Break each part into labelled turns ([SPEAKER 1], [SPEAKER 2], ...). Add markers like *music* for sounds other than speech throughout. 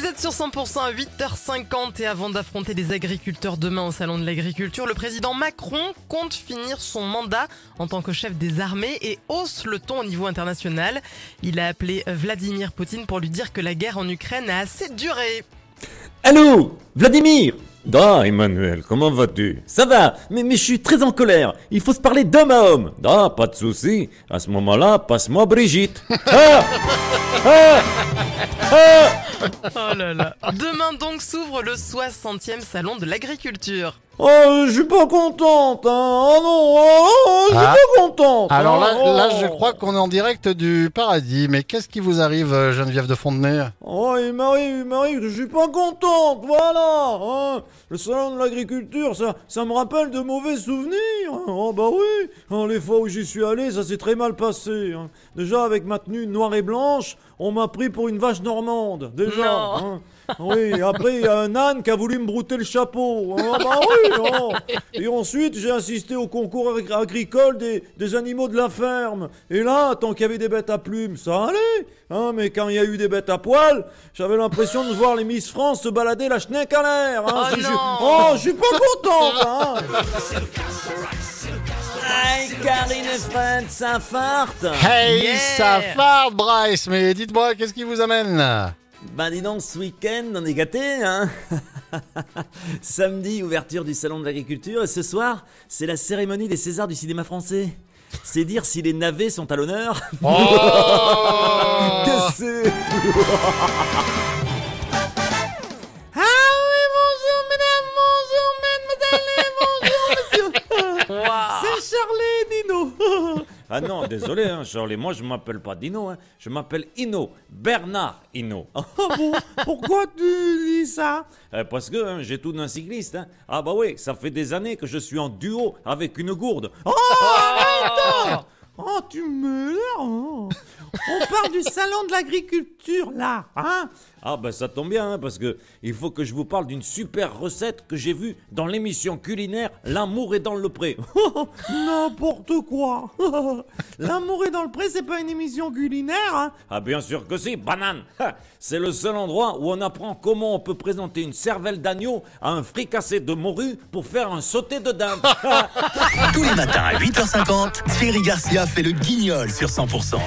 [SPEAKER 1] 7 sur 100% à 8h50 et avant d'affronter les agriculteurs demain au Salon de l'Agriculture, le président Macron compte finir son mandat en tant que chef des armées et hausse le ton au niveau international. Il a appelé Vladimir Poutine pour lui dire que la guerre en Ukraine a assez duré.
[SPEAKER 2] Allô Vladimir Ah Emmanuel, comment vas-tu Ça va, mais, mais je suis très en colère. Il faut se parler d'homme à homme. Ah, pas de souci. À ce moment-là, passe-moi Brigitte. *laughs* Ah Ah Ah
[SPEAKER 1] Oh là là. Demain donc s'ouvre le 60e Salon de l'Agriculture.
[SPEAKER 2] Oh, je suis pas contente. hein. Oh non, oh, oh, je suis
[SPEAKER 3] Ah.
[SPEAKER 2] pas contente.
[SPEAKER 3] Alors là,
[SPEAKER 2] Oh.
[SPEAKER 3] là, je crois qu'on est en direct du paradis. Mais qu'est-ce qui vous arrive, euh, Geneviève de Fontenay
[SPEAKER 2] Oh, il m'arrive, il m'arrive, je suis pas contente, voilà hein. Le salon de l'agriculture, ça, ça me rappelle de mauvais souvenirs Oh bah oui hein, Les fois où j'y suis allé, ça s'est très mal passé hein. Déjà, avec ma tenue noire et blanche, on m'a pris pour une vache normande, déjà
[SPEAKER 1] Non.
[SPEAKER 2] hein. Oui, et après, il y a un âne qui a voulu me brouter le chapeau hein. Ah bah oui hein.
[SPEAKER 1] *laughs*
[SPEAKER 2] Et ensuite, j'ai assisté au concours agri- agricole des, des animaux de la ferme Et là, tant qu'il y avait des bêtes à plumes, ça allait hein, mais quand il y a eu des bêtes à poil, j'avais l'impression de voir les Miss France se balader la schneck à l'air. hein.
[SPEAKER 1] Oh
[SPEAKER 2] je, je-
[SPEAKER 1] non.
[SPEAKER 2] oh, je suis pas contente. Hein. France, ça farte.
[SPEAKER 3] Hey,
[SPEAKER 1] Yeah.
[SPEAKER 3] ça farde, Bryce Mais dites-moi, qu'est-ce qui vous amène
[SPEAKER 2] Ben dis donc, ce week-end, on est gâtés, hein *laughs* Samedi, ouverture du Salon de l'Agriculture, et ce soir, c'est la cérémonie des Césars du cinéma français. C'est dire si les navets sont à l'honneur.
[SPEAKER 3] Oh.
[SPEAKER 2] Qu'est-ce que c'est Ah oui, bonjour, mesdames, bonjour, mademoiselle, bonjour, monsieur C'est Charlie Dino Ah non, désolé, hein, Charlie, moi je m'appelle pas Dino, hein, je m'appelle Ino, Bernard Ino. Ah bon Pourquoi tu dis ça Euh, Parce que hein, j'ai tout d'un cycliste. hein. Ah bah oui, ça fait des années que je suis en duo avec une gourde. Oh, arrête Oh, tu me l'as oh. on parle du salon de l'agriculture là, hein Ah ben ça tombe bien, hein, parce que il faut que je vous parle d'une super recette que j'ai vue dans l'émission culinaire L'amour est dans le pré. *laughs* N'importe quoi *laughs* L'amour est dans le pré, c'est pas une émission culinaire, hein Ah bien sûr que si, banane C'est le seul endroit où on apprend comment on peut présenter une cervelle d'agneau à un fricassé de morue pour faire un sauté de dinde.
[SPEAKER 4] Tous les matins à 8h50, Thierry Garcia fait le guignol sur 100%.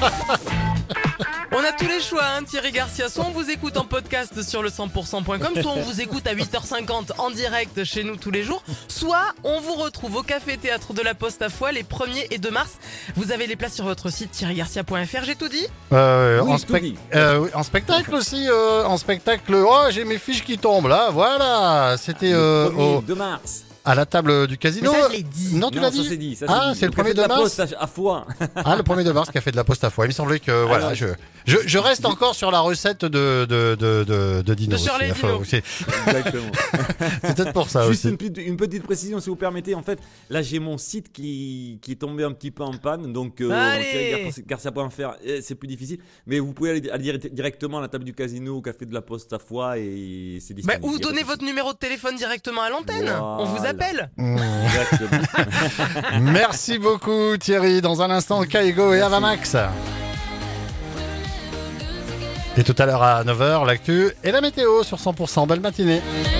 [SPEAKER 1] On a tous les choix, hein, Thierry Garcia. Soit on vous écoute en podcast sur le 100%.com, soit on vous écoute à 8h50 en direct chez nous tous les jours, soit on vous retrouve au Café Théâtre de la Poste à Foix les 1er et 2 mars. Vous avez les places sur votre site thierrygarcia.fr, j'ai tout dit
[SPEAKER 3] Euh,
[SPEAKER 2] Oui,
[SPEAKER 3] en,
[SPEAKER 2] tout
[SPEAKER 3] spec-
[SPEAKER 2] dit.
[SPEAKER 3] euh, oui, en spectacle aussi, euh, en spectacle. Oh, j'ai mes fiches qui tombent là, voilà. C'était euh, au-
[SPEAKER 2] de mars.
[SPEAKER 3] à la table du
[SPEAKER 1] Mais
[SPEAKER 3] casino.
[SPEAKER 1] ça, je l'ai dit.
[SPEAKER 3] Non, tu
[SPEAKER 2] Non,
[SPEAKER 3] l'as
[SPEAKER 2] ça,
[SPEAKER 3] dit.
[SPEAKER 2] c'est dit. ça,
[SPEAKER 3] ah,
[SPEAKER 2] dit.
[SPEAKER 3] c'est le
[SPEAKER 2] café
[SPEAKER 3] premier
[SPEAKER 2] de
[SPEAKER 3] de
[SPEAKER 2] la
[SPEAKER 3] mars.
[SPEAKER 2] Poste à, à
[SPEAKER 3] *laughs*
[SPEAKER 2] foin.
[SPEAKER 3] Ah, le premier de mars qui a fait de la poste à foie. Il me semblait que voilà,
[SPEAKER 2] Alors-
[SPEAKER 3] je, je, je reste encore sur la recette de de de de, de Dino.
[SPEAKER 1] De Shirley
[SPEAKER 3] aussi. Enfin,
[SPEAKER 1] Dino.
[SPEAKER 3] c'est
[SPEAKER 2] Exactement.
[SPEAKER 3] c'est peut-être pour *laughs* ça
[SPEAKER 2] Juste
[SPEAKER 3] aussi.
[SPEAKER 2] une petite, une petite précision, si vous permettez. En fait, là, j'ai mon site qui, qui est tombé un petit peu en panne. Donc, euh,
[SPEAKER 1] Allez
[SPEAKER 2] garcia.fr, euh, c'est plus difficile. Mais vous pouvez aller, aller dire- directement à la table du casino, au café de la Poste à Foix et c'est
[SPEAKER 1] Bah,
[SPEAKER 2] disponible.
[SPEAKER 1] Ou
[SPEAKER 2] Y a pas de
[SPEAKER 1] donnez
[SPEAKER 2] souci.
[SPEAKER 1] votre numéro de téléphone directement à l'antenne. On vous
[SPEAKER 2] Voilà.
[SPEAKER 1] appelle.
[SPEAKER 3] Mm.
[SPEAKER 2] Exactement.
[SPEAKER 3] Merci beaucoup Thierry. Dans un instant, Kaigo et Avamax. Et tout à l'heure à 9h, l'actu et la météo sur 100%. Belle matinée.
[SPEAKER 5] Never